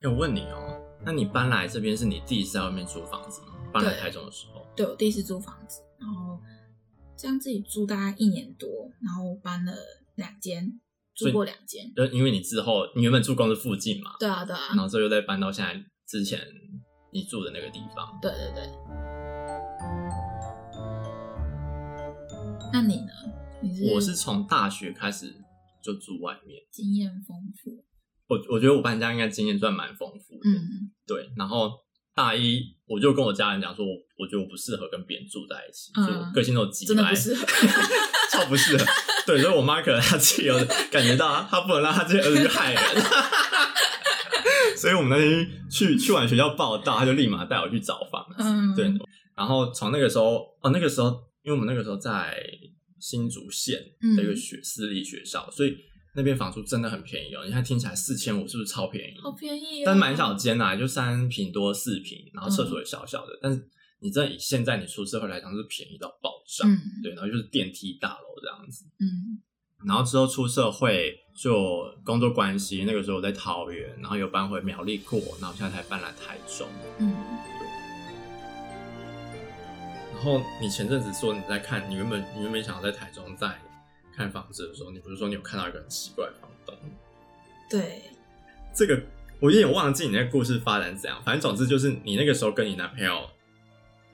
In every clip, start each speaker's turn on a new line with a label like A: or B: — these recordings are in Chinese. A: 哎、我问你哦，那你搬来这边是你第一次在外面租房子吗？搬来
B: 对
A: 台中的时候，
B: 对我第一次租房子，然后这样自己租大概一年多，然后搬了两间，
A: 所
B: 住
A: 以
B: 过两间。
A: 呃，因为你之后你原本住公司附近嘛，
B: 对啊，对
A: 然
B: 啊，
A: 后之后又再搬到现在之前你住的那个地方。
B: 对对对。那你呢？你是
A: 我是从大学开始就住外面，
B: 经验丰富，
A: 我我觉得我搬家应该经验算蛮丰富的。
B: 嗯，
A: 对，然后大一我就跟我家人讲说，我我觉得我不适合跟别人住在一起，
B: 嗯
A: 就我个性都急，
B: 真的不适合
A: 超不适合。对，所以我妈可能她自己有感觉到，她不能让她自己儿子去害人。 所以我们那天去去完学校报道，她就立马带我去找房子。
B: 嗯，
A: 对，然后从那个时候，哦，那个时候，因为我们那个时候在新竹县的
B: 嗯
A: 一个学、私立学校，所以那边房租真的很便宜哦。你看听起来四千五是不是超便宜？
B: 好便宜、嗯哦，
A: 但蛮小间啦、就三平多四平，然后厕所也小小的。但是你真的以现在你出社会来讲，是便宜到爆炸。
B: 嗯
A: 对，然后就是电梯大楼这样子。
B: 嗯
A: 然后之后出社会就工作关系，那个时候我在桃园，然后有搬回苗栗过，然后现在才搬来台中。
B: 嗯，
A: 然后你前阵子说你在看，你原本你原本想要在台中在看房子的时候，你不是说你有看到一个很奇怪的房东？
B: 对，
A: 这个我有点忘记你那个故事发展是怎样，反正总之就是你那个时候跟你男朋友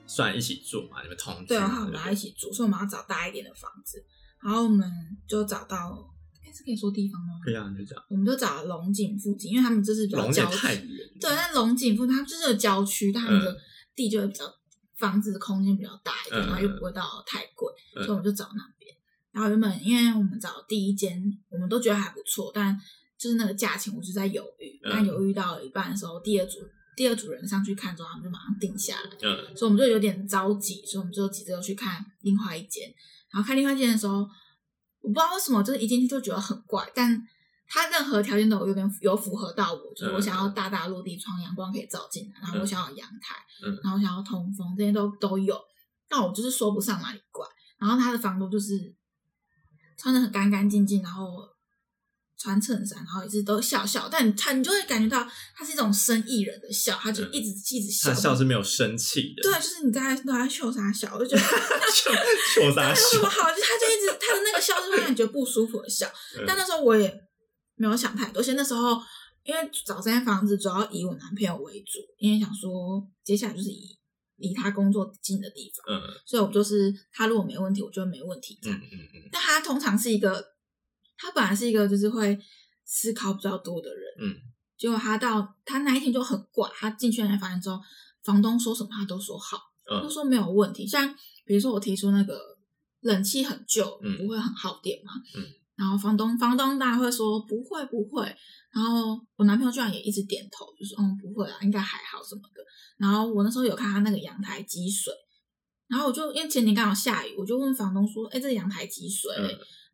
A: 算一起住嘛，你们同居嘛，
B: 对啊，然后我们
A: 对不
B: 要
A: 对
B: 一起住，所以我们要找大一点的房子，然后我们就找到，哎，是可以说地方吗？
A: 可以啊，你就这样。
B: 我们就找龙井附近，因为他们这是比较
A: 龙
B: 郊
A: 点
B: 区，
A: 太远，
B: 对，但龙井附近它就是有郊区，但他们的地就会比较、房子的空间比较大一点，
A: 嗯
B: 然后又不会到太贵，
A: 嗯
B: 所以我们就找那边。然后原本因为我们找第一间，我们都觉得还不错，但就是那个价钱我就在犹豫。
A: 嗯
B: 但犹豫到一半的时候，第二组第二组人上去看之后，他们就马上定下来。
A: 嗯，
B: 所以我们就有点着急，所以我们就急着又去看另外一间。然后看另外一间的时候，我不知道为什么，就是一进去就觉得很怪，但它任何条件都有有点有符合到我，就是我想要大大落地窗，阳光可以照进来，然后我想要有阳台，
A: 嗯
B: 然后我想要通风，这些都都有。但我就是说不上哪里怪。然后他的房东就是穿的很干干净净，然后穿衬衫，然后一直都笑笑，但你他你就会感觉到他是一种生意人的笑，他就一直、一直
A: 他
B: 笑，
A: 笑是没有生气的，
B: 对，就是你在都在秀啥笑，我就觉 得
A: 就，就
B: 他
A: 他
B: 有什
A: 笑
B: 么，好？就他就一直他的那个笑是会让你觉得不舒服的笑。
A: 嗯
B: 但那时候我也没有想太多，而且那时候因为找这间房子主要以我男朋友为主，因为想说接下来就是以离他工作近的地方，
A: 嗯
B: 所以我就是他如果没问题，我就没问题这
A: 嗯
B: 样。
A: 嗯嗯
B: 但他通常是一个，他本来是一个就是会思考比较多的人，
A: 嗯，
B: 结果他到他那一天就很怪，他进去那间房间之后，房东说什么他都说好，
A: 嗯
B: 都说没有问题。像比如说我提出那个冷气很旧，
A: 嗯
B: 不会很耗电嘛，
A: 嗯，
B: 然后房东房东大家会说不会不会，然后我男朋友居然也一直点头，就说嗯不会啊，应该还好什么的。然后我那时候有看他那个阳台积水，然后我就因为前天刚好下雨，我就问房东说：“哎、这个阳台积水、
A: 嗯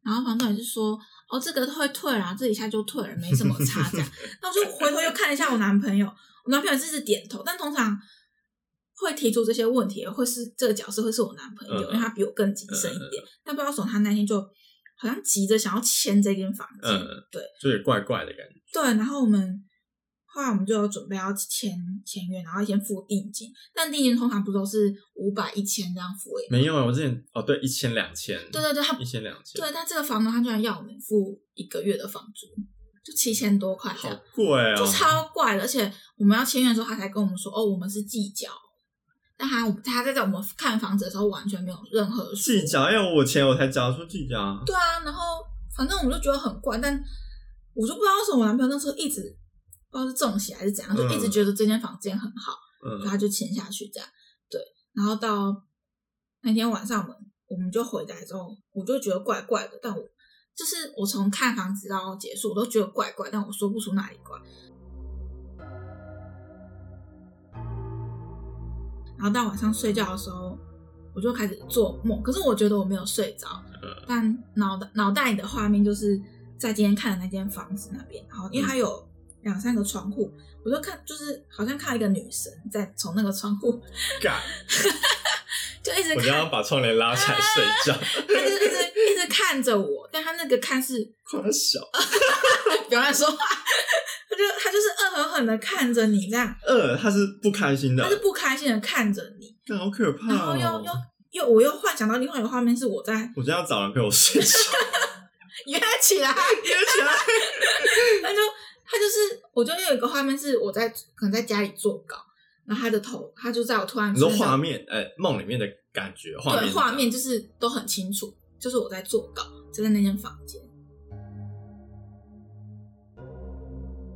B: 然后房东也是说：“哦，这个会退啦，这一下就退了，没什么差这样。”那我就回头又看了一下我男朋友，我男朋友是一直点头，但通常会提出这些问题，会是这个角色会是我男朋友，
A: 嗯
B: 因为他比我更谨慎一点。但不知道为什么他那天就好像急着想要签这间房子，
A: 嗯
B: 对，
A: 就有点怪怪的感觉，
B: 对，然后我们后来我们就有准备要签签约，然后先付定金，但定金通常不都是五百一千这样付而已。
A: 没有，我之前哦对，一千两千，
B: 对对对，他
A: 一千两千，
B: 对，但这个房东他居然要我们付一个月的房租，就七千多块这
A: 好
B: 样，
A: 贵哦，
B: 就超怪的。而且我们要签约的时候，他才跟我们说，哦，我们是计较。但他他在在我们看房子的时候，完全没有任何说
A: 计较，要我钱我才缴出计较啊，
B: 对啊，然后反正我们就觉得很怪，但我就不知道为什么我男朋友那时候一直不知道是中邪还是怎样，就一直
A: 嗯
B: 觉得这间房间很好，
A: 嗯
B: 所以他就签下去这样。对，然后到那天晚上我们我们就回来之后，我就觉得怪怪的，但我就是我从看房子到结束，我都觉得怪怪，但我说不出哪里怪。然后到晚上睡觉的时候，我就开始做梦，可是我觉得我没有睡着，但脑袋脑袋里的画面就是在今天看的那间房子那边，然后因为它有两三个窗户，我就看就是好像看到一个女神在从那个窗户
A: 干，
B: 就一直
A: 我刚
B: 看
A: 刚，把窗帘拉起来睡 觉，
B: 她就一直一直看着我，但她那个看是
A: 夸小，
B: 不要乱说话，她就她就是恶狠狠的看着你这样，
A: 二他是不开心的
B: 他，是不开心的看着你，
A: 但好可怕
B: 然后又
A: 哦
B: 又！又我又幻想到另外一个画面是我在
A: 我今天要找人陪我睡 觉，
B: 约起来，
A: 约起来。
B: 他就他就是，我就有一个画面是我在可能在家里做稿，然后他的头他就在我突然
A: 你说
B: 身上
A: 画面，呃、梦里面的感觉，画
B: 对
A: 面，
B: 画面就是都很清楚，就是我在做稿，就在那间房间。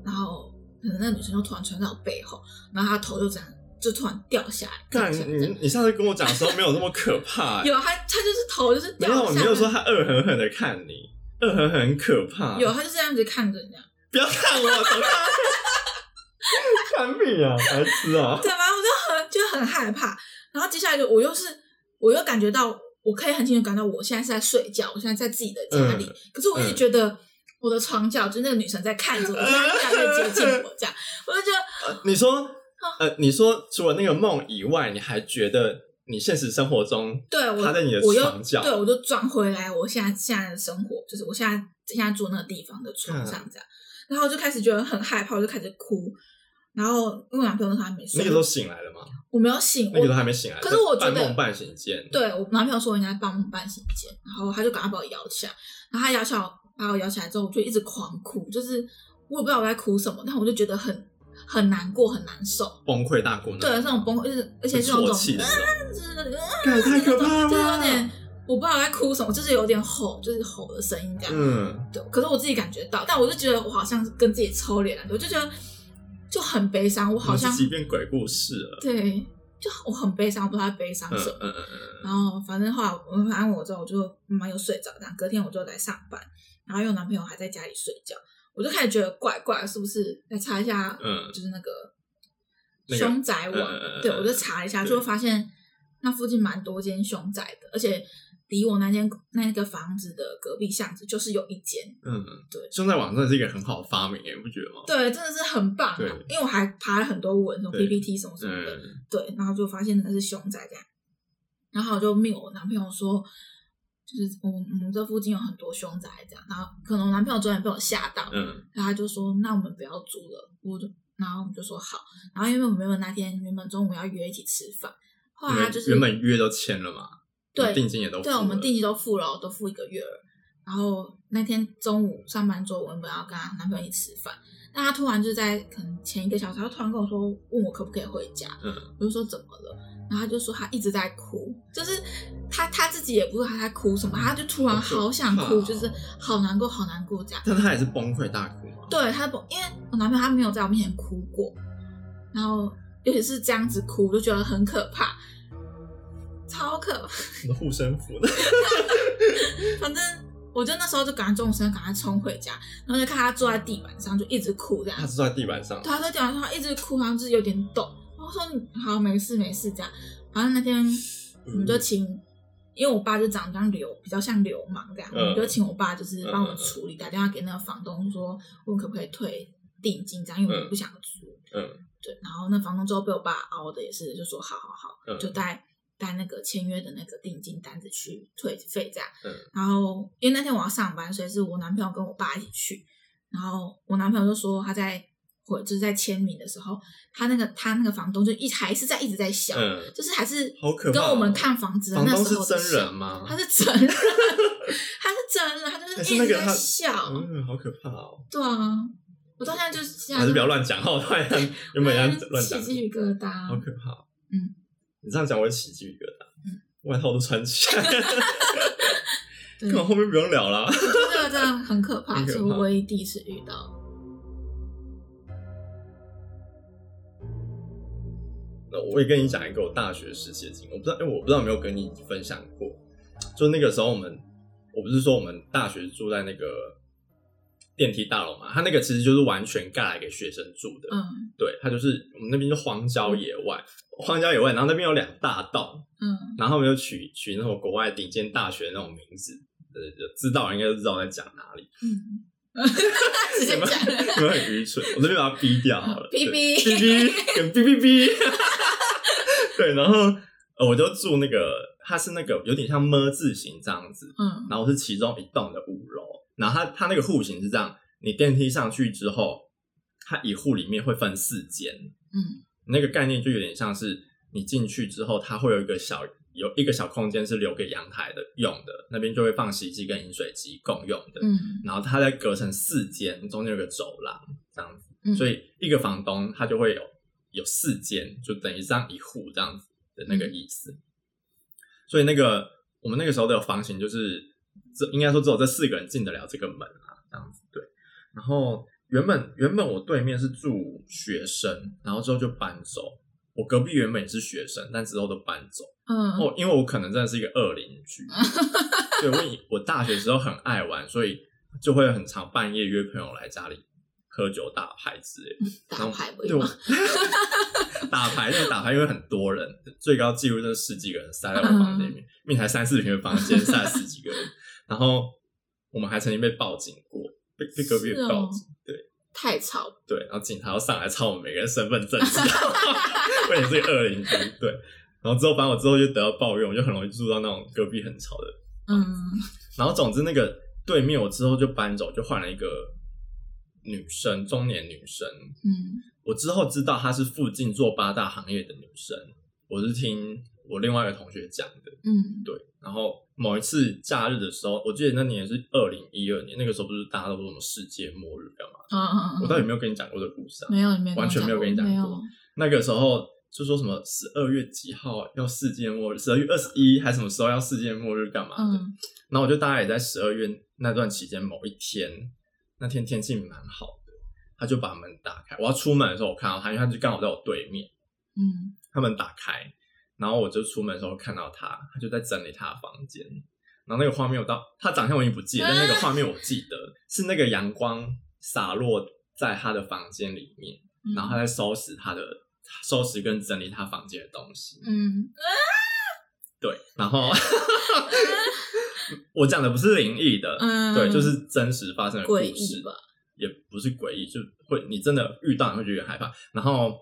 B: 然后可能那个女生就突然传到我背后，然后她头就这样就突然掉下来。
A: 干
B: 掉下来
A: 你，你上次跟我讲的时候没有那么可怕、
B: 有啊她，她就是头就是
A: 没
B: 掉
A: 有，
B: 下来。
A: 你没有说他恶狠狠的看你，恶狠狠很可怕。
B: 有，啊她就这样子看着人家。
A: 不要看我，怎 么看？看病啊，白痴啊！
B: 对吧？我就很就很害怕。然后接下来就我又是我又感觉到，我可以很清楚感到我现在是在睡觉，我现在在自己的家里，
A: 嗯
B: 可是我一直
A: 嗯
B: 觉得。我的床角就是那个女生在看着我，她越来越接近我，这样我就觉得
A: 呃你说，呃，你说除了那个梦以外，你还觉得你现实生活中
B: 对我，
A: 他在你的
B: 我又
A: 床角
B: 对我就转回来我现在现在的生活，就是我现在现在住那个地方的床上
A: 嗯
B: 这样，然后我就开始觉得很害怕，我就开始哭，然后因为我男朋友那时候还没
A: 那
B: 睡
A: 个时，候醒来了吗？
B: 我没有醒，
A: 那个
B: 我
A: 时候还没醒来，
B: 可是我觉得
A: 半梦半醒间，
B: 对我男朋友说我应该帮我们办行间，然后他就赶快把我摇起来，然后他摇起来我把我摇起来之后，我就一直狂哭，就是我也不知道我在哭什么，但我就觉得很很难过，很难受，
A: 崩溃大哭那
B: 对，那种崩溃，就是而且是那
A: 啜
B: 种
A: 泣的那种，
B: 就是
A: 干哎太可怕了
B: 就是有
A: 吧
B: 点我不知道我在哭什么，就是有点吼，就是吼的声音这样，
A: 嗯，
B: 对，可是我自己感觉到，但我就觉得我好像是跟自己抽离了，我就觉得就很悲伤，我好像
A: 你自己变鬼故事了，
B: 对，就我很悲伤，我不知道在悲伤
A: 嗯
B: 什么。
A: 嗯嗯嗯
B: 然后反正后来我们安慰我之后，我就妈又睡着，这样隔天我就来上班，然后因为我男朋友还在家里睡觉，我就开始觉得怪怪，是不是？来查一下，
A: 嗯
B: 就是那个
A: 那个
B: 凶宅网，
A: 嗯嗯嗯
B: 对
A: 嗯
B: 我就查一下，
A: 对
B: 就发现那附近蛮多间凶宅的，而且离我那间那个房子的隔壁巷子就是有一间，
A: 嗯，
B: 对
A: 现在网站是一个很好的发明，你不觉得吗？
B: 对，真的是很棒、啊
A: 哦对，
B: 因为我还爬了很多文，什么
A: 对
B: PPT 什么什么的，
A: 嗯，
B: 对，然后就发现那是凶宅这样，然后我就命我男朋友说，就是我们我们这附近有很多凶宅这样，然后可能我男朋友昨天被我吓到，
A: 嗯，
B: 然后他就说那我们不要租了，我就然后我们就说好，然后因为我们原本那天原本中午要约一起吃饭，后
A: 你
B: 来他
A: 们
B: 就是
A: 原本约都签了嘛，
B: 对
A: 定金也都
B: 对啊
A: 付
B: 我们
A: 了
B: 定期都付了，都付一个月了，然后那天中午上班之后，我原本要跟她男朋友一起吃饭。但他突然就在可能前一个小时，他突然跟我说，问我可不可以回家，
A: 嗯
B: 我就说怎么了，然后他就说他一直在哭，就是他他自己也不知道他在哭什么，他就突然好想
A: 好可
B: 哭，
A: 怕哦
B: 就是好难过好难过这样。
A: 但他也是崩溃大哭嘛，
B: 对他不，因为我男朋友他没有在我面前哭过，然后尤其是这样子哭，我就觉得很可怕，超可怕。
A: 什么护身 符呢？
B: 反正我就那时候就赶快中午时间赶快冲回家，然后就看他坐在地板上就一直哭这样
A: 他。是坐在地板上，
B: 对，他啊在地板上一直哭，好像就是有点抖。然后我说你好没事没事这样。然后那天
A: 嗯
B: 我们就请，因为我爸就长得像流，比较像流氓这样，
A: 嗯
B: 我们就请我爸就是帮我们处理，打电话给那个房东说，问可不可以退定金这样，因为我们不想租。
A: 嗯
B: 对，然后那房东之后被我爸熬的也是，就说好好好，
A: 嗯
B: 就带带那个签约的那个定金单子去退费这样。
A: 嗯
B: 然后因为那天我要上班，所以是我男朋友跟我爸一起去。然后我男朋友就说他在回就是在签名的时候，他那个他那个房东就一还是在一直在笑，
A: 嗯，
B: 就是还是
A: 好可怕
B: 跟
A: 哦
B: 我们看房子的
A: 房
B: 那
A: 东
B: 啊时
A: 是
B: 候
A: 真人
B: 笑
A: 吗？
B: 他是真人，他是真人，他就
A: 还
B: 是
A: 是
B: 一
A: 那
B: 直
A: 个
B: 在
A: 他
B: 笑。
A: 嗯，好可怕哦，
B: 对啊，我到现在就是现在
A: 还是不要乱讲话，我突然原本要乱
B: 啊起
A: 讲，
B: 鸡皮疙瘩。
A: 好可怕，哦
B: 嗯，
A: 你这样讲我会起鸡皮疙瘩
B: 嗯，
A: 外套都穿起 来，
B: 对，
A: 看我后面不用聊了，
B: 这个真的很可怕，
A: 很可
B: 是
A: 怕
B: 我唯一第一次遇到。
A: 那我也跟你讲一个我大学时期的经历，我不知道，因为我不知道有没有跟你分享过，就那个时候我们，我不是说我们大学住在那个电梯大楼嘛，它那个其实就是完全盖来给学生住的，
B: 嗯
A: 对，它就是我们那边就荒郊野外，荒郊野外，然后那边有两大道，
B: 嗯
A: 然后我们就取取那种国外顶尖大学的那种名字，呃，知道人应该就知道我在讲哪里，
B: 嗯， 直接讲了。
A: 因为很愚蠢，我这边把它逼掉好了，
B: 哔哔
A: 对哔哔跟哔哔哔，对，然后呃，我就住那个，它是那个有点像么字形这样子，
B: 嗯
A: 然后是其中一栋的五楼，然后它它那个户型是这样，你电梯上去之后，它一户里面会分四间，
B: 嗯，
A: 那个概念就有点像是你进去之后，它会有一个小有一个小空间是留给阳台的用的，那边就会放洗衣机跟饮水机共用的，
B: 嗯
A: 然后它再隔成四间，中间有个走廊这样子，
B: 嗯，
A: 所
B: 以
A: 以一个房东他就会有有四间，就等于这样一户这样子的那个意思。所以那个我们那个时候的房型就是这应该说只有这四个人进得了这个门啊，这样子对。然后原本原本我对面是住学生，然后之后就搬走。我隔壁原本也是学生，但之后都搬走。
B: 嗯
A: 哦，因为我可能真的是一个恶邻 居，对我以我大学时候很爱玩，所以就会很常半夜约朋友来家里喝酒打牌之类的。
B: 打牌不
A: 对 我
B: 用，
A: 打牌，那个打牌因为很多人，最高纪录就是十几个人塞在我房间里
B: 嗯
A: 面，因为才三四平的房间塞了十几个人，然后我们还曾经被报警过，被被隔壁
B: 是哦
A: 报警，对
B: 太吵了，
A: 对，然后警察要上来抄我们每个人身份证，知道吗我也是个恶邻居，对。然后之后，反正我之后就得到抱怨，我就很容易住到那种隔壁很吵的
B: 嗯
A: 然后总之那个对面我之后就搬走，就换了一个女生，中年女生。
B: 嗯
A: 我之后知道她是附近做八大行业的女生，我是听我另外一个同学讲的。
B: 嗯
A: 对，然后某一次假日的时候，我记得那年是二零一二年，那个时候不是大家都说什么世界末日干嘛？
B: 啊啊，
A: 我到底有没有跟你讲过这个故事啊？
B: 没有，你没有跟我
A: 完全没有跟你讲
B: 没有
A: 过，那个时候就说什么十二月几号要世界末日，十二月二十一还什么时候要世界末日干嘛的？
B: 嗯
A: 然后我就大概也在十二月那段期间某一天，那天天气蛮好的，他就把门打开。我要出门的时候，我看到他，因为他就刚好在我对面，
B: 嗯
A: 他门打开，然后我就出门的时候看到他，他就在整理他的房间。然后那个画面我到他长相我已经不记得，但那个画面我记得是那个阳光洒落在他的房间里面，
B: 嗯，
A: 然后他在收拾他的收拾跟整理他房间的东西。
B: 嗯
A: 对，然后 我讲的不是灵异的，
B: 嗯，
A: 对，就是真实发生的故
B: 诡
A: 事
B: 异吧，
A: 也不是诡异，就会你真的遇到你会觉得害怕。然 后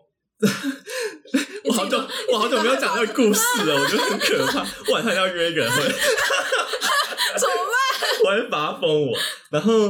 A: 我好久
B: 你自己
A: 我好久没有讲这个故事了，我觉得很可怕。晚上要约一个人会，
B: 怎么 办？
A: 我会发疯我。 然后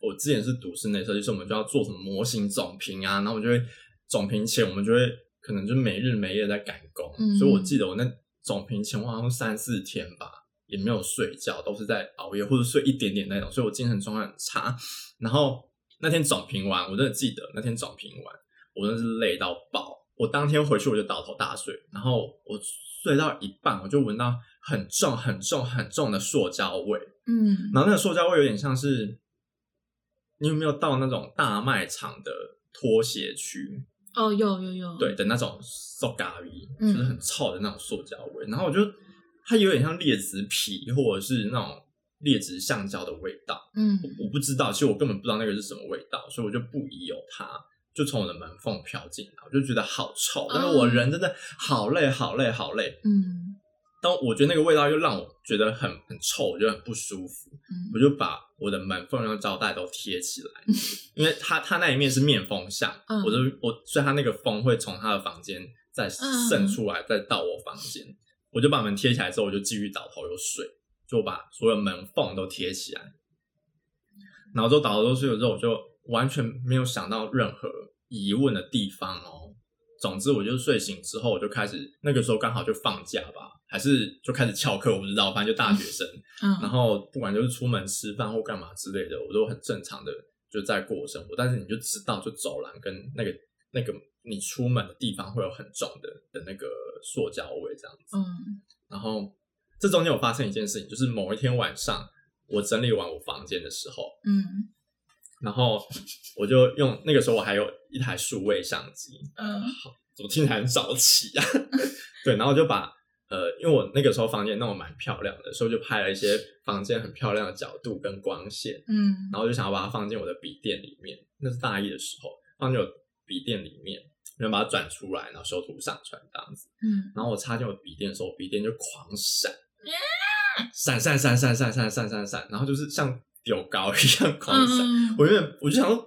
A: 我之前是读室内设计，所以我们就要做什么模型总评啊，然后我们就会总评前我们就会可能就没日没夜在赶工，
B: 嗯
A: 所以我记得我那总评前我好像三四天吧，也没有睡觉，都是在熬夜或者睡一点点那种，所以我精神状态很差。然后那天总评完，我真的记得那天总评完，我真的是累到爆。我当天回去我就倒头大睡，然后我睡到一半，我就闻到很重、很重、很重的塑胶味。
B: 嗯
A: 然后那个塑胶味有点像是，你有没有到那种大卖场的拖鞋区？
B: 哦，有有有，
A: 对的那种塑胶味，
B: 嗯
A: 就是很臭的那种塑胶味。然后我就它有点像劣质皮或者是那种劣质橡胶的味道，
B: 嗯
A: 我不知道，其实我根本不知道那个是什么味道，所以我就不疑有它。就从我的门缝飘进来，我就觉得好臭，但是我人真的好累，好累，好累。
B: 嗯
A: 但我觉得那个味道又让我觉得很很臭，我觉得很不舒服。
B: 嗯
A: 我就把我的门缝用胶带都贴 起来，因为它它那一面是面风向，
B: 嗯
A: 我就我所以它那个风会从他的房间再渗出来，再到我房间。我就把门贴起来之后，我就继续倒头就睡，就把所有门缝都贴起来。然后就倒头就睡了之后，我就完全没有想到任何疑问的地方哦。总之，我就睡醒之后，我就开始那个时候刚好就放假吧，还是就开始翘课，我不知道，反正就大学生。然
B: 嗯，
A: 后不管就是出门吃饭或干嘛之类的，我都很正常的就在过生活。但是你就知道，就走廊跟那个那个你出门的地方会有很重的的那个塑胶味这样子。
B: 嗯
A: 然后这中间有发生一件事情，就是某一天晚上我整理完我房间的时候，
B: 嗯
A: 然后我就用那个时候我还有一台数位相机，
B: 嗯
A: 怎么听起来很早起啊？ 对，然后我就把呃，因为我那个时候房间弄得蛮漂亮的，所以我就拍了一些房间很漂亮的角度跟光线，
B: 嗯
A: 然后我就想要把它放进我的笔电里面。那是大一的时候，放进我笔电里面，然后把它转出来，然后修图上传这样子。
B: 嗯，
A: 然后我插进我笔电的时候，我笔电就狂闪，
B: 啊
A: 闪闪闪闪闪闪闪闪闪，然后就是像丢高一样狂闪。
B: 嗯
A: 啊我原本我就想说，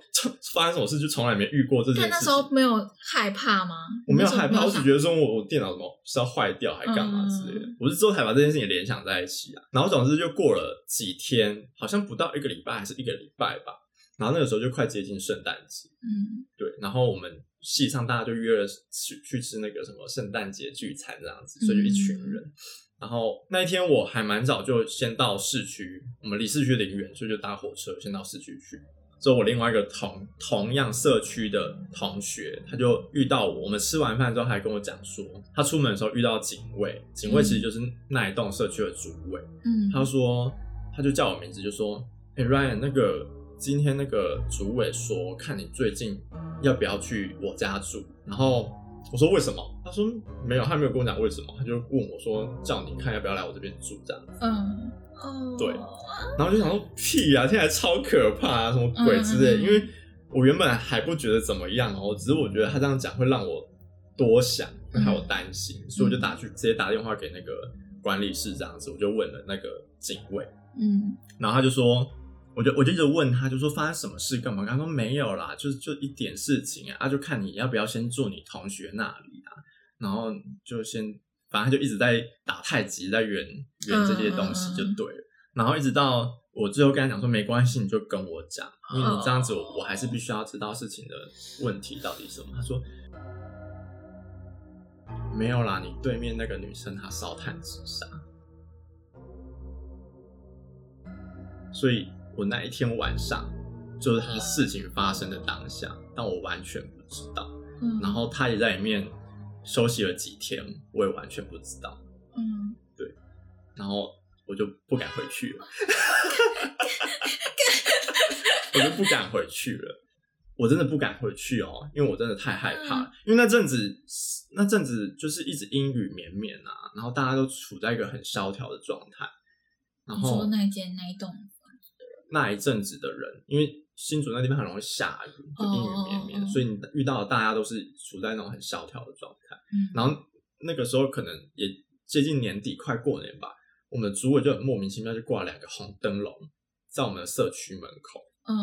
A: 发生什么事就从来没遇过这件事
B: 但那
A: 情。
B: 时候没有害怕吗？
A: 我没有害怕，我
B: 那时
A: 只
B: 候
A: 觉得说我我电脑怎么是要坏掉还干嘛之类的，我是之后才把这件事情联想在一起啊。然后总之就过了几天，好像不到一个礼拜还是一个礼拜吧，然后那个时候就快接近圣诞节，
B: 嗯，
A: 对，然后我们系上大家就约了去去吃那个什么圣诞节聚餐这样子，所以就一群人。然后那一天我还蛮早就先到市区，我们离市区有点远，所以就搭火车先到市区去。之后我另外一个同同样社区的同学，他就遇到我，我们吃完饭之后还跟我讲说，他出门的时候遇到警卫，警卫其实就是那一栋社区的主卫。
B: 嗯，
A: 他说，他就叫我名字，就说：“哎、r y a n 那个今天那个主委说，看你最近要不要去我家住。”然后我说：“为什么？”他说：“没有，他没有跟我讲为什么，他就问我说，叫你看要不要来我这边住这样子。
B: 嗯，哦，
A: 对然后我就想说：“屁呀、啊，现在超可怕啊，什么鬼之类的。
B: 嗯嗯嗯
A: 因为我原本还不觉得怎么样哦，只是我觉得他这样讲会让我多想，会害我担心，所以
B: 嗯
A: 我就打去直接打电话给那个管理室这样子，我就问了那个警卫。
B: 嗯
A: 然后他就说，我就我就一直问他，就说发生什么事干嘛？他说没有啦，就是就一点事情啊，啊就看你要不要先住你同学那里啊，然后就先，反正他就一直在打太极，在圆圆这些东西就对了。然后一直到我最后跟他讲说，没关系，你就跟我讲，因为你这样子我我还是必须要知道事情的问题到底是什么。他说。没有啦，你对面那个女生她烧炭自杀，所以我那一天晚上，就是他事情发生的当下，但我完全不知道。
B: 嗯，
A: 然后他也在里面休息了几天，我也完全不知道。
B: 嗯，
A: 然后我就不敢回去 了，我就不敢回去了。我真的不敢回去哦，因为我真的太害
B: 嗯
A: 怕了。因为那阵子，那阵子就是一直阴雨绵绵啊，然后大家都处在一个很萧条的状态。然
B: 你说
A: 后
B: 那一间那一栋，
A: 那一阵子的人，因为新竹那地方很容易下雨，就阴雨绵绵
B: 哦哦哦哦
A: 所以你遇到的大家都是处在那种很萧条的状态。
B: 嗯，
A: 然后那个时候可能也接近年底，快过年吧，我们的主委就很莫名其妙就挂了两个红灯笼在我们的社区门口，
B: 嗯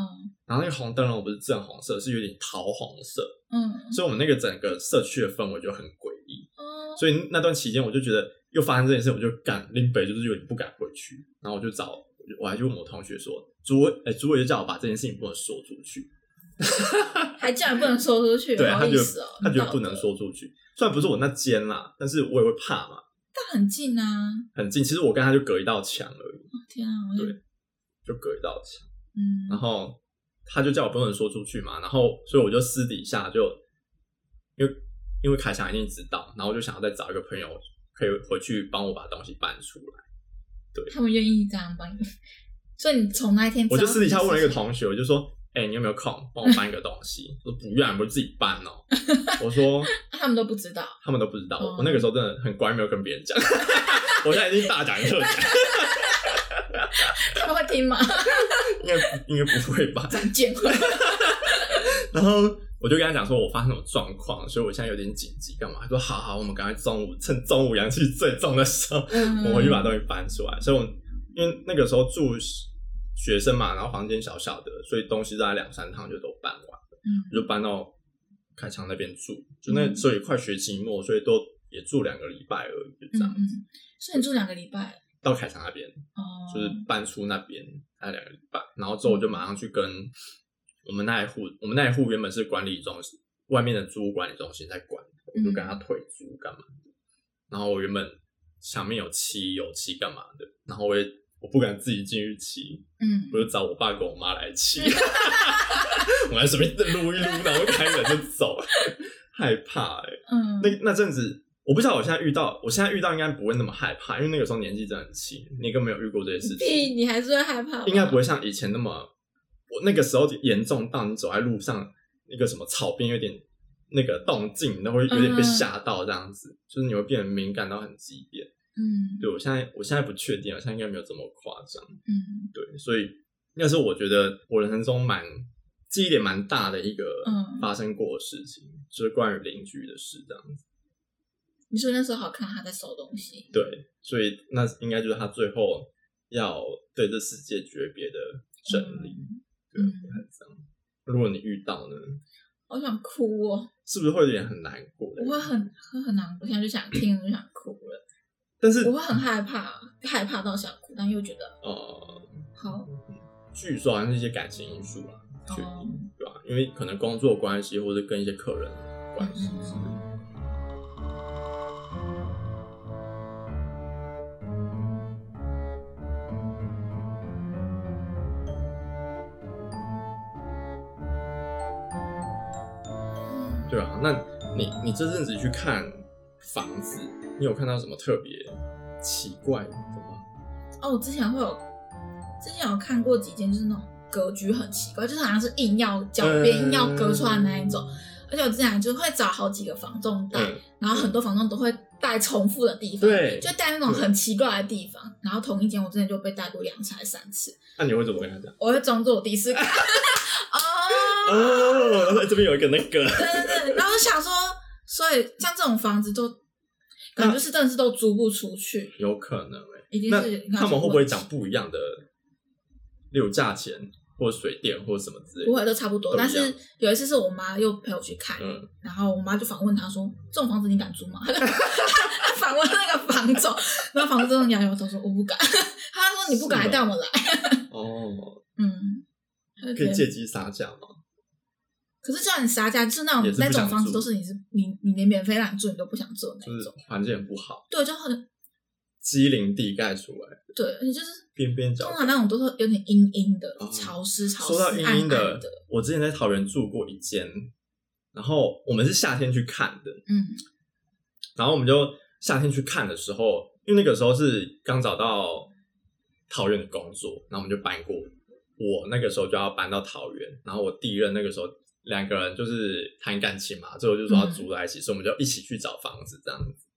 A: 然后那个红灯笼不是正红色，是有点桃红色，
B: 嗯，
A: 所以我们那个整个社区的氛围就很诡异。
B: 哦，
A: 所以那段期间，我就觉得又发生这件事，我就敢林北就是有点不敢回去，然后我就找我就我还去问我同学说，主委哎、主委就叫我把这件事情不能说出去，
B: 还竟然不能说出去，
A: 对
B: 好
A: 他
B: 意
A: 觉
B: 思
A: 得
B: 哦，
A: 他
B: 你
A: 觉
B: 道
A: 得不能
B: 德，
A: 说出去，虽然不是我那间啦，但是我也会怕嘛，
B: 但很近啊，
A: 很近，其实我跟他就隔一道墙而已，
B: 天啊，我就
A: 对就隔一道墙，
B: 嗯，
A: 然后他就叫我不能说出去嘛，然后所以我就私底下就因为因为凯翔一定知道，然后我就想要再找一个朋友可以回去帮我把东西搬出来。
B: 他们愿意这样帮你，所以你从那一天，
A: 我就私底下问了一个，同学，我就说：“哎、你有没有空帮我搬一个东西？”他说：“不愿，我自己搬 哦。”我说
B: 啊他们都不知道，：“
A: 他们都不知道。
B: 哦
A: 我那个时候真的很乖，没有跟别人讲。 我现在已经大讲特讲，
B: 他们 会听吗？
A: 应该不应该不会吧？
B: 再见，
A: 然后我就跟他讲说，我发生什么状况，所以我现在有点紧急，干嘛？他说：“好好，我们赶快中午趁中午阳气最重的时候，
B: 嗯
A: 我回去把东西搬出来。”所以我因为那个时候住学生嘛，然后房间小小的，所以东西大概两三趟就都搬完。
B: 嗯
A: 我就搬到凯强那边住，就那时候也快学期末，所以都也住两个礼拜而已，就这
B: 嗯
A: 样。
B: 嗯，所以你住两个礼拜
A: 到凯强那边
B: 哦，嗯
A: 就是搬出那边，待两个礼拜，然后之后我就马上去跟我们那一户，我们那一户原本是管理中心，外面的租屋管理中心在管，我就
B: 嗯
A: 跟他退租干嘛的。然后我原本墙面有漆，有漆干嘛的，然后我也我不敢自己进去漆，
B: 嗯
A: 我就找我爸跟我妈来骑， 我还随便撸一撸，然后开门就走，害怕哎、
B: 嗯，
A: 那那阵子，我不知道我现在遇到，我现在遇到应该不会那么害怕，因为那个时候年纪真的很轻，你根本没有遇过这些事
B: 屁，
A: 情，
B: 你还是会害怕吧，
A: 应该不会像以前那么，我那个时候严重到你走在路上，那个什么草边有点那个动静，你都会有点被吓到这样子，就是你会变得敏感到很极点。
B: 嗯
A: 对我现在，我现在不确定，我现在应该没有这么夸张。
B: 嗯
A: 对，所以那是我觉得我人生中蛮记忆点蛮大的一个
B: 嗯
A: 发生过的事情，就是关于邻居的事这样子。
B: 你说那时候好看他在收东西，
A: 对，所以那应该就是他最后要对这世界诀别的整理。对，
B: 嗯
A: 我看这样。如果你遇到呢，
B: 好想哭哦，
A: 是不是会有点很难过？
B: 我会很会很难过，现在就想听我就想哭了，
A: 但是
B: 我会很害怕，害怕到想哭，但又觉得
A: 呃，
B: 好
A: 据说好像是一些感情因素啦，去，
B: 哦
A: 对吧、因为可能工作关系或者跟一些客人关系
B: 嗯
A: 之类的。对啊，那你你这阵子去看房子，你有看到什么特别奇怪的吗？
B: 哦，我之前会有，之前有看过几间，就是那种格局很奇怪，就是好像是硬要脚边
A: 嗯
B: 硬要割出来的那一种。而且我之前就是会找好几个房仲带，
A: 嗯，
B: 然后很多房东都会带重复的地方，
A: 对
B: 就带那种很奇怪的地方。然后同一间我之前就被带过两次还是三次，
A: 那你会怎么跟他讲？
B: 我会装作我第一次看，哦，
A: 哦， 然后这边有一个那个，
B: 对对对，然后想说，所以像这种房子都，感觉就是真的是都租不出去，
A: 有可能哎、
B: 一定
A: 那
B: 是
A: 他们会不会讲？不一样的六价钱或水电或什么之类
B: 不
A: 的？
B: 会都差不多，
A: 都一
B: 但
A: 样
B: 是有一次是我妈又陪我去看，
A: 嗯，
B: 然后我妈就反问他说：“这种房子你敢租吗？” 她反问那个房总，然后房总摇摇头说：“我不敢。”他说：“你不敢
A: 是
B: 还
A: 吗
B: 带我们来
A: 哦，？”
B: 嗯，她就
A: 可
B: 觉
A: 以
B: 得
A: 借机杀价吗？
B: 可是叫你杀价，就是那
A: 也
B: 种
A: 是不
B: 那种
A: 想
B: 房子
A: 住
B: 都是你是你你连免费让你住你都不想住的那
A: 就是
B: 种，
A: 环境很不好，
B: 对，就很
A: 机灵地盖出来，
B: 对，而且就是
A: 边边角
B: 通
A: 角。
B: 常那种都是有点阴阴的、
A: 哦
B: 潮湿、潮湿、
A: 说到阴阴
B: 暗暗
A: 的
B: 的，，
A: 我之前在桃园住过一间，然后我们是夏天去看的，
B: 嗯，
A: 然后我们就夏天去看的时候，因为那个时候是刚找到桃园的工作，然后我们就搬过。我那个时候就要搬到桃园，然后我第一任那个时候两个人就是谈感情嘛，最后就说要住在一起，所以我们就一起去找房子这样子。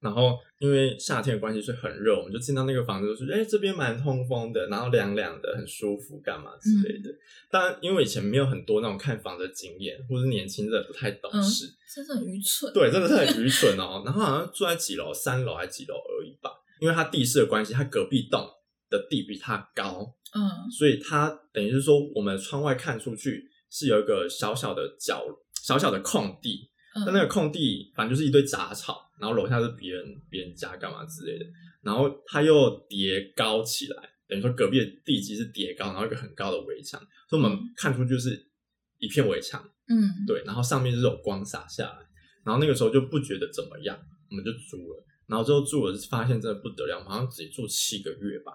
A: 然后因为夏天的关系，所以很热，我们就进到那个房子，就是哎、这边蛮通风的，然后凉凉的，很舒服，干嘛之类的。但因为以前没有很多那种看房的经验，或是年轻人不太懂
B: 嗯
A: 事，
B: 真是很愚 蠢。
A: 对，真的是很愚蠢哦。然后好像住在几楼，三楼还是几楼而已吧，因为它地势的关系，它隔壁栋的地比它高，
B: 嗯
A: 所以它等于是说，我们窗外看出去是有一个小小的角、小小的空地，
B: 嗯，
A: 但那个空地反正就是一堆杂草，然后楼下是别人别人家干嘛之类的，然后它又叠高起来，等于说隔壁的地基是叠高，然后有一个很高的围墙，所以我们看出去就是一片围墙。
B: 嗯，
A: 对，然后上面就是有光洒下来，然后那个时候就不觉得怎么样，我们就租了，然后之后住了发现真的不得了，我们好像只住七个月吧，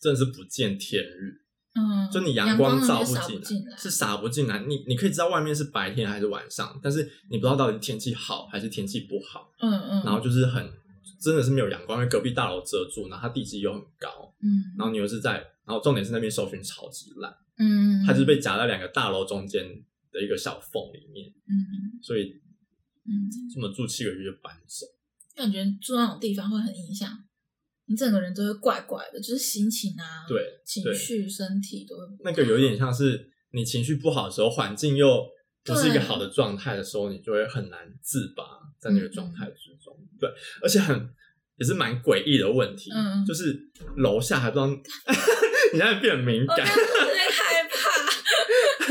A: 真的是不见天日，
B: 嗯，
A: 就你
B: 阳
A: 光
B: 那
A: 照
B: 边
A: 进
B: 扫
A: 来，
B: 进来，
A: 是洒不进来，你你可以知道外面是白天还是晚上，但是你不知道到底天气好还是天气不好，
B: 嗯嗯，
A: 然后就是很真的是没有阳光，因为隔壁大楼遮住，然后它地基又很高，
B: 嗯，
A: 然后你又是在，然后重点是那边搜寻超级烂，
B: 嗯，
A: 它就是被夹在两个大楼中间的一个小缝里面，
B: 嗯
A: 所以
B: 嗯，
A: 这么住七个月就搬走。
B: 感觉住那种地方会很影响你整个人，都会怪怪的，就是心情啊，，
A: 对，
B: 情
A: 对
B: 绪、身 体都会哦不
A: 那个有点像是你情绪不好的时候，环境又不是一个好的状态的时候，你就会很难自拔在那个状态之中。
B: 嗯
A: 对，而且很也是蛮诡异的问题，
B: 嗯嗯
A: 就是楼下还不知道， 你现在变敏
B: 我刚
A: 感
B: 刚。有点害怕。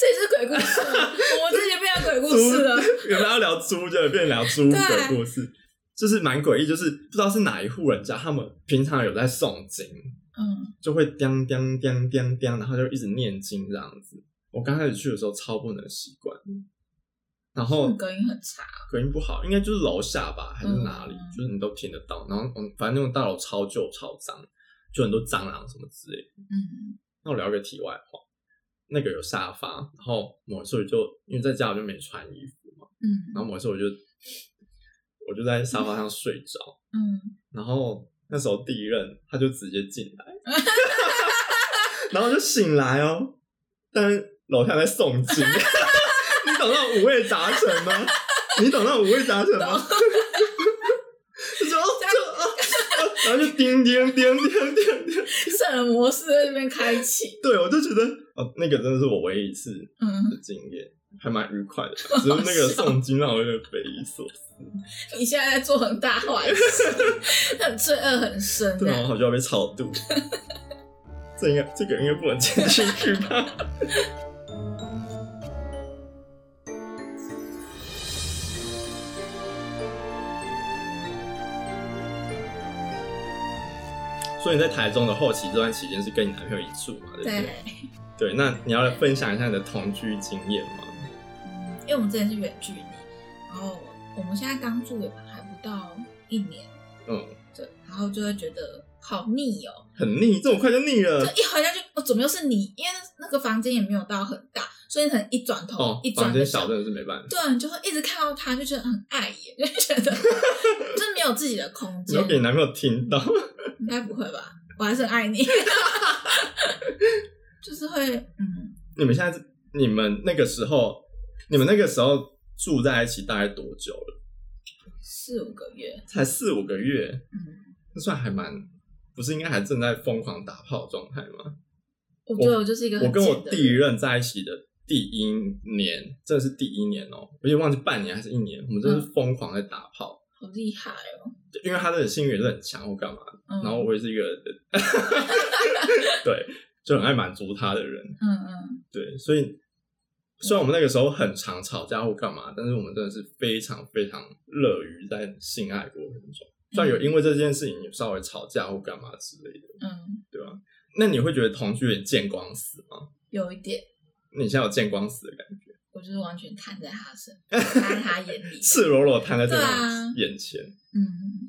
B: 这也是鬼故事吗？我自己变成鬼故 事了。
A: 租原本要聊租，就变聊租屋
B: 对
A: 鬼故事，就是蛮诡异，就是不知道是哪一户人家，他们平常有在诵经，
B: 嗯，
A: 就会叮叮叮叮叮，然后就一直念经这样子。我刚开始去的时候超不能习惯，然后
B: 隔音很差。
A: 隔音不好，应该就是楼下吧，还是哪里，
B: 嗯
A: 就是你都听得到。然后嗯，反正那种大楼超旧超脏，就很多蟑螂什么之类的。
B: 嗯
A: 那我聊个题外话，那个有沙发，然后某一次我就因为在家我就没穿衣服嘛，
B: 嗯
A: 然后某一次我就我就在沙发上睡着，
B: 嗯，
A: 然后那时候第一任他就直接进来，然后就醒来哦，但是楼下在诵经， 你懂那种五味杂陈吗？你懂那种五味杂陈吗？ 就说哦就哦哦然后就叮叮叮叮叮叮，
B: 圣人模式在这边开启。
A: 对我就觉得哦，那个真的是我唯一一次
B: 嗯，
A: 的经验，还蛮愉快的。只是那个诵经让我有点匪夷所思，
B: 你现在在做很大坏事， 很罪恶很 深
A: 对啊，我
B: 啊。
A: 好像要被超度。 这应该这个应该不能剪进去吧？ 所以你在台中的后期这段期间是跟你男朋友一起住嘛？对不对？
B: 对
A: 对，那你要分享一下你的同居经验吗？
B: 嗯因为我们之前是远距离，然后我们现在刚住也还不到一年，
A: 嗯，
B: 对，然后就会觉得好腻哦，
A: 很腻，这么快就腻
B: 就
A: 了。
B: 一回家就哦，怎么又是你？因为那个房间也没有到很大，所以你可能一转头、
A: 哦
B: 一，转
A: 房
B: 个
A: 间小真的是没办法。
B: 对，你就会一直看到他，就觉得很碍眼，就觉得就是没有自己的空
A: 你
B: 间
A: 要，给你男朋友听到，
B: 应该不会吧？我还是很爱你， 就是会嗯，
A: 你们现在是你们那个时候，你们那个时候住在一起大概多久了？
B: 四五个月，
A: 才四五个月，
B: 嗯，
A: 那算还蛮，不是应该还正在疯狂打炮的状态吗？
B: 我觉得我就是一个很
A: 我跟我
B: 贱的
A: 第一
B: 人
A: 任在一起的第一年，这是第一年哦、我也忘记半年还是一年，我们真的是
B: 嗯
A: 疯狂在打炮，
B: 好厉害哦，
A: 就因为他的性欲也是很强或干嘛，
B: 嗯，
A: 然后我也是一个， 对，就很爱满足他的人，
B: 嗯嗯，
A: 对，所以虽然我们那个时候很常吵架或干嘛，但是我们真的是非常非常乐于在性爱过程中，虽然有因为这件事情有稍微吵架或干嘛之类的，
B: 嗯，
A: 对吧？那你会觉得同居有点见光死吗？
B: 有一点，
A: 那你现在有见光死的感觉，
B: 我就是完全看在 他身，看在他眼里，
A: 赤裸裸摊在这
B: 对啊
A: 种眼前，
B: 嗯，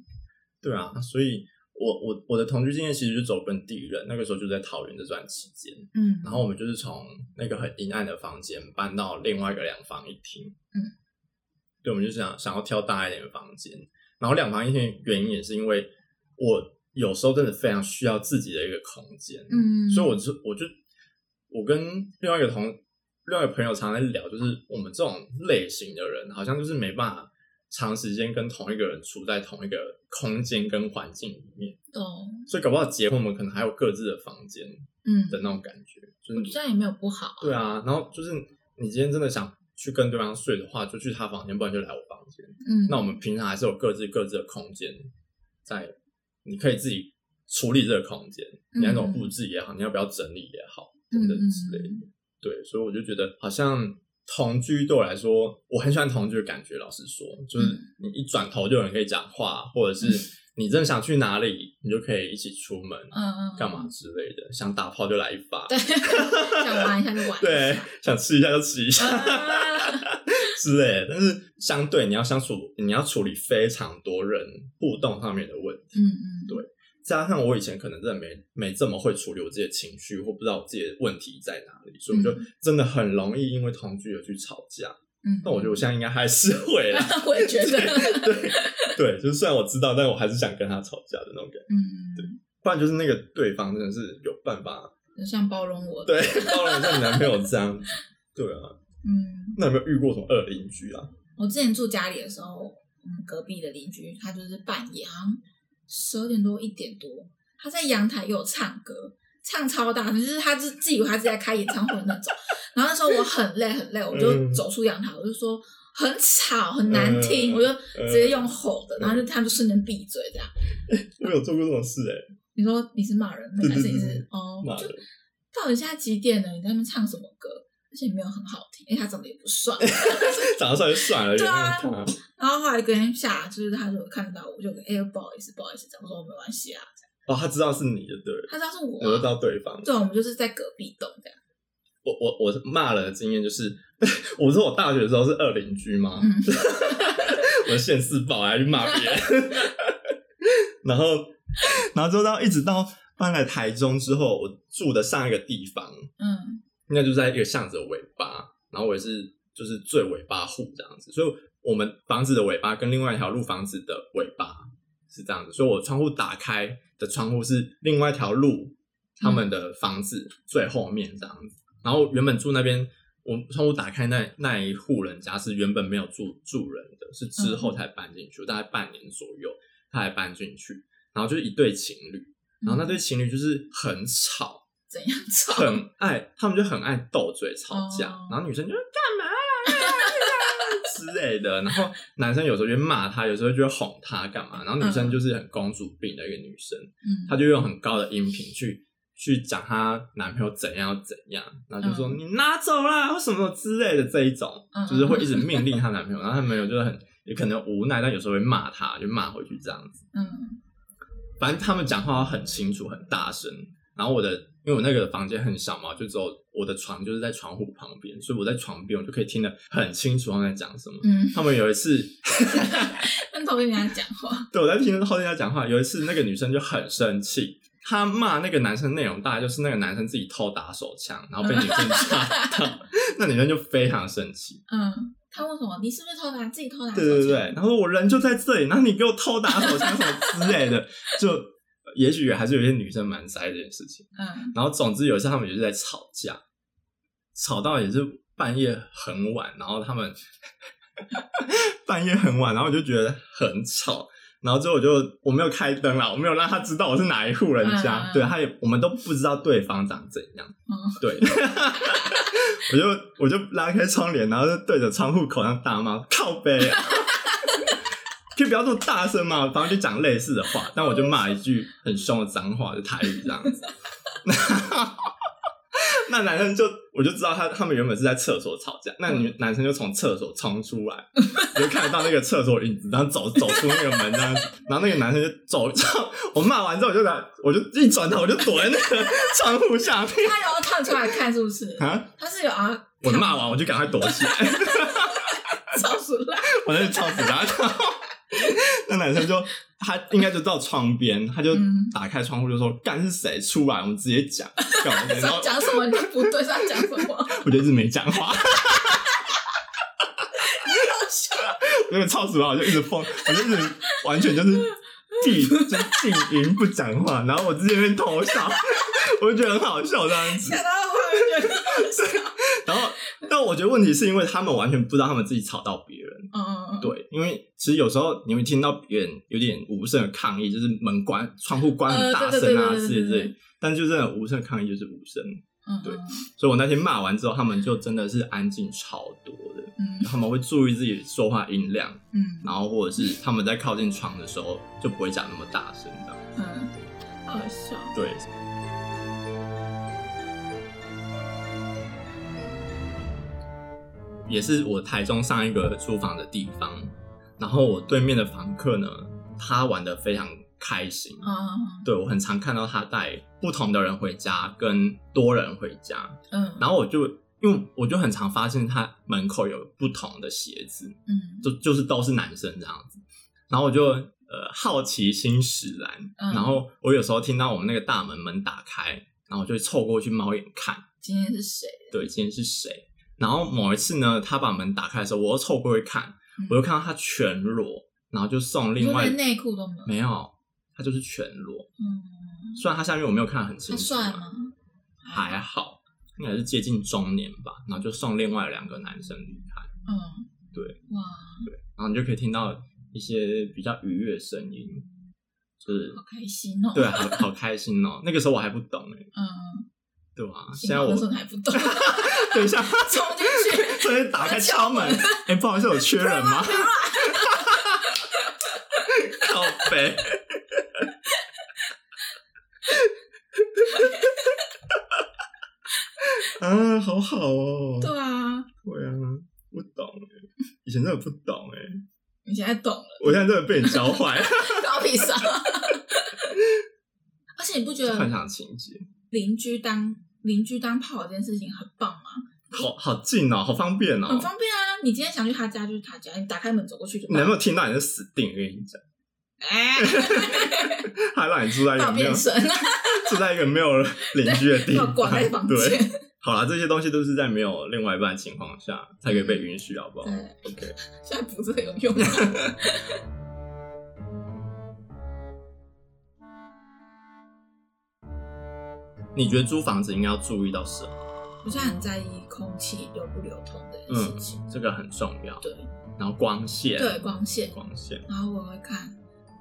A: 对啊，所以我我我的同居经验其实就走跟地人，那个时候就在桃园这段期间，
B: 嗯
A: 然后我们就是从那个很阴暗的房间搬到另外一个两房一厅。
B: 嗯，
A: 对，我们就想想要挑大一点的房间。然后两房一厅的原因也是因为我有时候真的非常需要自己的一个空间。，
B: 嗯，
A: 所以我就我就我跟另外一个同另外一个朋友常常在聊，就是我们这种类型的人，好像就是没办法长时间跟同一个人处在同一个空间跟环境里面。
B: 懂，
A: 所以搞不好结婚，我们可能还有各自的房间
B: 嗯，
A: 的那种感觉，就是
B: 这样也没有不好啊，
A: 对啊，然后就是你今天真的想去跟对方睡的话，就去他房间，不然就来我房间。
B: 嗯，
A: 那我们平常还是有各自各自的空间，在你可以自己处理这个空间，你那种
B: 嗯
A: 布置也好，你要不要整理也好，等等
B: 嗯嗯
A: 之类的。对，所以我就觉得好像。同居对我来说，我很喜欢同居的感觉。老实说，就是
B: 嗯
A: 你一转头就有人可以讲话，或者是你真的想去哪里，你就可以一起出门，
B: 嗯嗯，
A: 干嘛之类的。想打炮就来一发，
B: 对，想玩一下就玩一下。
A: 对，想吃一下就吃一 下
B: 啊
A: 之类的。但是相对你要相处，你要处理非常多人互动上面的问题，
B: 嗯嗯，
A: 对加上我以前可能真的没没这么会处理我自己的情绪，或不知道我自己的问题在哪里，所以我就
B: 嗯
A: 真的很容易因为同居而去吵架。
B: 嗯，
A: 那我觉得我现在应该还是会啦，
B: 我也觉得，
A: 对对，就是虽然我知道，但我还是想跟他吵架的那种感觉。
B: 嗯，
A: 不然就是那个对方真的是有办法，
B: 就像包容我，，
A: 对，包容像你男朋友这样，对啊。
B: 嗯，
A: 那有没有遇过什么恶邻居啊？
B: 我之前住家里的时候，我们隔壁的邻居他就是半夜好像十二点多一点多，他在阳台给我唱歌。唱超大声，就是他自自以为他自己在开演唱会那种。然后那时候我很累很累，我就
A: 嗯
B: 走出阳台，我就说很吵很难听，
A: 嗯
B: 我就直接用吼的，然后就他们就瞬间闭嘴这样。
A: 我有做过这种事哎、
B: 你说你是骂人的，还是你
A: 对对
B: 是
A: 对
B: 哦？
A: 骂
B: 就
A: 人
B: 到底现在几点了？你在那边唱什么歌？而且也没有很好听，因为他长得也不 帅。
A: 长得帅就算了，原
B: 对
A: 谅
B: 啊
A: 他。
B: 然后后来隔天下，就是他就看到我，就哎、不好意思，不好意思，这样我说我没关系啊。
A: 哦，他知道是你就对了，
B: 他知道是我、
A: 我就知
B: 啊，
A: 道对方。
B: 对，我们就是在隔壁栋这样。
A: 我我我骂人的经验就是， 我不是我大学的时候是二邻居嘛，
B: 嗯
A: 我县市报还去骂别人， 然后然后就到一直到搬来台中之后，我住的上一个地方，
B: 嗯
A: 应该就在一个巷子的尾巴，然后我也是就是最尾巴户这样子，所以我们房子的尾巴跟另外一条路房子的尾巴是这样子，所以我窗户打开的窗户是另外一条路他们的房子最后面这样子，然后原本住那边。我窗户打开那那一户人家是原本没有住住人的，是之后才搬进去，大概半年左右他才搬进去，然后就是一对情侣，然后那对情侣就是很吵，
B: 嗯怎样吵？
A: 很爱，他们就很爱斗嘴吵架，
B: 哦
A: 然后女生就干嘛啦之类的，然后男生有时候就骂她，有时候就会哄她干嘛，然后女生就是很公主病的一个女生，
B: 嗯，
A: 她就用很高的音频去去讲她男朋友怎样怎样，然后就说、
B: 嗯
A: 你拿走啦，或什么什么之类的这一种，
B: 嗯
A: 就是会一直命令她男朋友，然后她男朋友就是很也可能无奈，但有时候会骂她，就骂回去这样子。
B: 嗯
A: 反正他们讲话很清楚、很大声。然后我的，因为我那个房间很小嘛，就只有我的床就是在窗户旁边，所以我在床边我就可以听得很清楚他们在讲什么。
B: 嗯，
A: 他们有一次，
B: 跟头跟人家讲话，
A: 对我在听后人家讲话，有一次那个女生就很生气，她骂那个男生内容大概就是那个男生自己偷打手枪，然后被女生抓到，那女生就非常生气。
B: 嗯，他问什么？你是不是偷拿自己偷拿？
A: 对对对，，然后说我人就在这里，然后你给我偷打手枪什么之类的，就也许还是有些女生蛮宅这件事情。
B: 嗯
A: 然后总之有一次他们也是在吵架，吵到也是半夜很晚，然后他们 半夜很晚，然后我就觉得很吵。然后之后我就我没有开灯啦，我没有让他知道我是哪一户人家，
B: 嗯嗯嗯
A: 对，他也我们都不知道对方长怎样，
B: 嗯
A: 对， 我就我就拉开窗帘，然后就对着窗户口上大骂靠背、啊，可以不要这么大声嘛，反正就讲类似的话，但我就骂一句很凶的脏话，就台语这样子。 那男生就我就知道他他们原本是在厕所吵架，那女男生就从厕所冲出来，就看到那个厕所影子，然后走走出那个门这样子，然后那个男生就走，我骂完之后我就拿我就一转头我就躲在那个窗户下面，
B: 他有探出来看是不是？
A: 啊！
B: 他是有啊，
A: 我骂完我就赶快躲起来，
B: 超熟了，
A: 我那就超死他。然后那男生就他应该就到窗边，他就
B: 嗯
A: 打开窗户就说：“干是谁出来？我们直接讲。”干嘛的 然后
B: 他讲什么你就不对，他讲什么？
A: 我就一直没讲话， 那个超死吧，我就一直疯，我就一直完全就是闭就是静音不讲话，然后我自己在那边偷笑， 我就觉得很好笑这样子。
B: 想到后面觉得好笑，
A: 然后，但我觉得问题是因为他们完全不知道他们自己吵到别人。
B: 嗯嗯嗯，
A: 对，因为其实有时候你会听到别人有点无声的抗议，就是门关、窗户关很
B: 呃
A: 大
B: 对对
A: 声啊
B: 对
A: 之
B: 对
A: 类之
B: 对
A: 类，但就真的无声的抗议就是无声。
B: 嗯，
A: 对
B: 嗯
A: 所以我那天骂完之后，他们就真的是安静超多的，
B: 嗯
A: 他们会注意自己说话音量，
B: 嗯
A: 然后或者是他们在靠近床的时候就不会讲那么大声这样。
B: 嗯，好笑，
A: 对，也是我台中上一个租房的地方。然后我对面的房客呢，他玩的非常开心。
B: 嗯
A: 对我很常看到他带不同的人回家，跟多人回家。
B: 嗯，
A: 然后我就因为我就很常发现他门口有不同的鞋子，
B: 嗯
A: 就就是都是男生这样子。然后我就呃好奇心使然，
B: 嗯
A: 然后我有时候听到我们那个大门门打开，然后我就凑过去猫眼看，
B: 今天是谁？
A: 对，今天是谁？然后某一次呢，他把门打开的时候，我又凑过去看，
B: 嗯
A: 我就看到他全裸，然后就送
B: 你
A: 另
B: 说
A: 外
B: 连内裤都没有？
A: 没有，他就是全裸。
B: 嗯，
A: 虽然他下面我没有看得很清
B: 他
A: 楚，啊
B: 帅吗？
A: 还好，应该是接近中年吧。然后就送另外两个男生离开，
B: 嗯，
A: 对，
B: 哇，
A: 然后你就可以听到一些比较愉悦的声音，就是
B: 好开心哦。
A: 对，啊好好开心哦。那个时候我还不懂哎，
B: 嗯，
A: 对吧、啊？
B: 嗯，
A: 现在我
B: 那时候你还不懂，
A: 等一下，
B: 冲进去，
A: 所以打开敲门，哎、不好意思，有缺人吗？ 靠北。 啊，好好哦。
B: 对啊，
A: 对啊，不懂哎，以前真的不懂哎，
B: 你现在 懂了，
A: 我现在真的被你教坏，
B: 高屁上。而且你不觉
A: 幻
B: 得
A: 想情节，
B: 邻居当邻居当炮友这件事情很棒吗？
A: 好好近哦，好方便
B: 很
A: 哦。
B: 方便啊！你今天想去他家就是他家，你打开门走过去就
A: 你有
B: 到。
A: 没有听到你是死定？我跟你讲，
B: 哎，
A: 还让你住在一个
B: 大
A: 没有
B: 变身，
A: 住在一个没有邻居的地
B: 要
A: 方，
B: 关在房
A: 对
B: 间。。
A: 好啦，这些东西都是在没有另外一半的情况下才可以被允许，好不好
B: 对，
A: ？OK，
B: 现在不是很有用。啊
A: 你觉得租房子应该要注意到什么？
B: 我现在很在意空气流不流通这件事情，
A: 这个很重要。
B: 对
A: 然后光线，
B: 对，光线，
A: 光线，
B: 然后我会看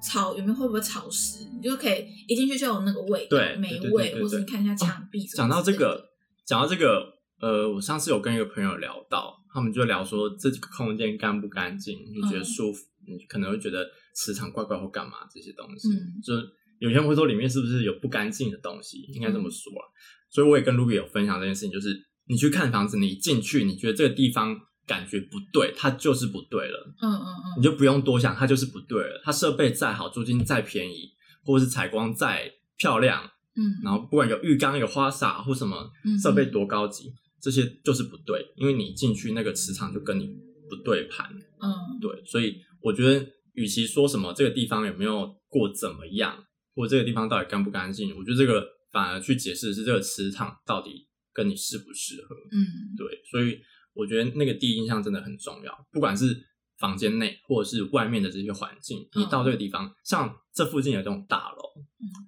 B: 草原边会不会潮湿，你就可以一进去就有那个味道
A: 对，
B: 霉
A: 对对对对
B: 味，或者
A: 对哦
B: 你看一下墙壁什么之类的。
A: 讲到这个，讲到这个，呃，我上次有跟一个朋友聊到，他们就聊说这个空间干不干净，你觉得
B: 嗯
A: 舒服，你可能会觉得磁场怪怪或干嘛这些东西，
B: 嗯
A: 就是有些人会说里面是不是有不干净的东西，应该这么说啊。所以我也跟 Ruby 有分享这件事情，就是你去看房子，你进去，你觉得这个地方感觉不对，它就是不对了，
B: 嗯嗯
A: 你就不用多想，它就是不对了。它设备再好，租金再便宜，或者是采光再漂亮，
B: 嗯，
A: 然后不管有浴缸、有花洒或什么
B: 嗯
A: 设备多高级，这些就是不对，因为你进去那个磁场就跟你不对盘。
B: 嗯
A: 对，所以我觉得，与其说什么这个地方有没有过怎么样，或者这个地方到底干不干净，我觉得这个反而去解释是这个磁场到底跟你适不适合。
B: 嗯
A: 对，所以我觉得那个第一印象真的很重要，不管是房间内或者是外面的这些环境，
B: 嗯
A: 你到这个地方，像这附近有这种大楼，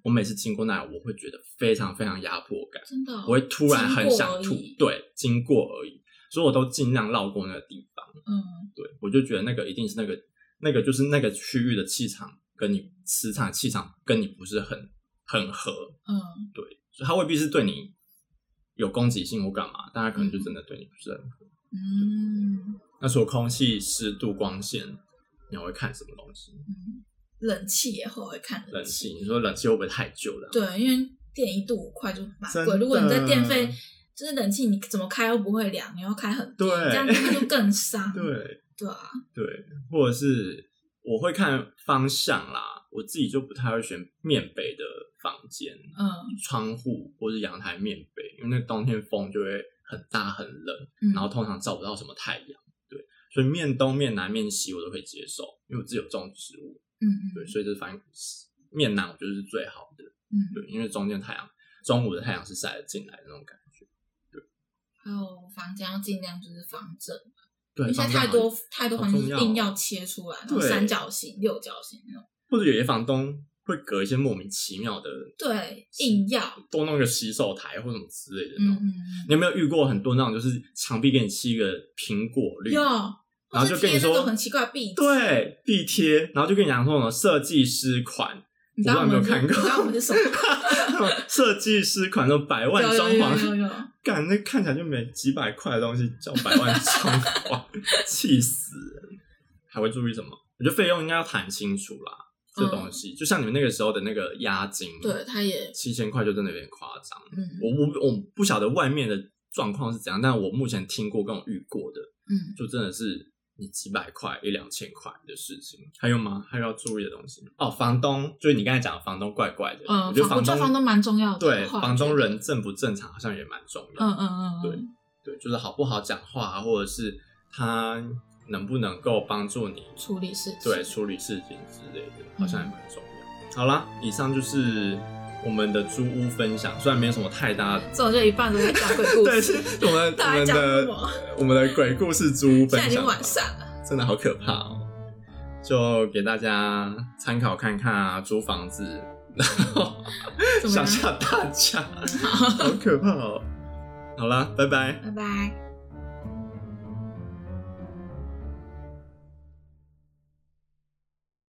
A: 我每次经过那里，我会觉得非常非常压迫感，
B: 真的哦，
A: 我会突然很想
B: 经
A: 吐
B: 过而已。
A: 对，经过而已，所以我都尽量绕过那个地方。
B: 嗯
A: 对，我就觉得那个一定是那个那个就是那个区域的气场跟你磁场气场跟你不是很很合，
B: 嗯
A: 对，所以它未必是对你有攻击性或干嘛，但它可能就真的对你不是很合。
B: 嗯
A: 那除了空气、湿度、光线，你还会看什么东西？
B: 嗯，冷气也会会看
A: 冷气，你说冷气会不会太旧了？
B: 对，因为电一度五块就蛮
A: 真
B: 贵，
A: 的
B: 如果你在电费。就是冷气，你怎么开都不会凉，你要开很低，
A: 对
B: 这样子就 更伤。
A: 对
B: 对啊，
A: 对，或者是我会看方向啦，我自己就不太会选面北的房间。
B: 嗯
A: 窗户或是阳台面北，因为那冬天风就会很大很冷，
B: 嗯，
A: 然后通常照不到什么太阳，对，所以面东、面南、面西我都可以接受，因为我自己有种植物，
B: 嗯嗯
A: 对，所以这反正面南我觉得是最好的，
B: 嗯，
A: 对，因为中间太阳中午的太阳是晒得进来的那种感觉，
B: 还有房间要尽量就是防震，因
A: 对，
B: 为现
A: 房
B: 在
A: 间
B: 太
A: 好
B: 多
A: 像，
B: 太多环境
A: 好重要哦
B: 是硬要切出来，然后
A: 对
B: 三角形、六角形那种，
A: 或者有些房东会隔一些莫名其妙的，
B: 对，硬要，
A: 多弄个洗手台或什么之类的那
B: 嗯
A: 种。
B: 嗯，
A: 你有没有遇过很多那种，就是墙壁给你漆一个苹果绿，
B: 嗯有，
A: 然后就
B: 或是
A: 跟你
B: 贴那
A: 说
B: 种很奇怪的壁纸，
A: 对，必贴，然后就跟你讲说什么设计师款，
B: 你知道我们
A: 我不知道你有没有看过
B: 你知道我们是什么？
A: 设计师款那种百万
B: 有
A: 装
B: 有有有
A: 潢，
B: 有，
A: 干那看起来就没几百块的东西叫百万装潢， 气死人！还会注意什么？我觉得费用应该要谈清楚啦，这东西、就像你们那个时候的那个押金，
B: 嗯对，，他也，
A: 七千块就真的有点夸张。
B: 嗯
A: 我我我不晓得外面的状况是怎样，但我目前听过跟我遇过的，
B: 嗯，
A: 就真的是你几百块一两千块的事情，还有吗？还有要注意的东西吗哦，房东就是你刚才讲的房东怪怪的，
B: 嗯
A: 我觉得
B: 房
A: 房
B: 我觉
A: 东
B: 得房东蛮重要的
A: 对，
B: 话
A: 房东人正不正常好像也蛮重要
B: 嗯
A: 的，
B: 嗯嗯，
A: 对对，就是好不好讲话，啊或者是他能不能够帮助你
B: 处理事情，嗯
A: 对处理事情之类的，好像也蛮重要。好啦，以上就是我们的租屋分享，虽然没有什么太大的。
B: 这我就一半都在讲鬼故
A: 对，是
B: 事，
A: 我们我
B: 大家
A: 们
B: 讲
A: 的
B: 什么
A: 我们的鬼故事租屋
B: 现
A: 分
B: 在已经
A: 享吧
B: 晚上了，
A: 真的好可怕哦！就给大家参考看看啊，租房子， 然后
B: 怎么
A: 吓
B: 样？
A: 吓大家，
B: 好，
A: 好可怕哦！好啦，拜拜。
B: 拜拜。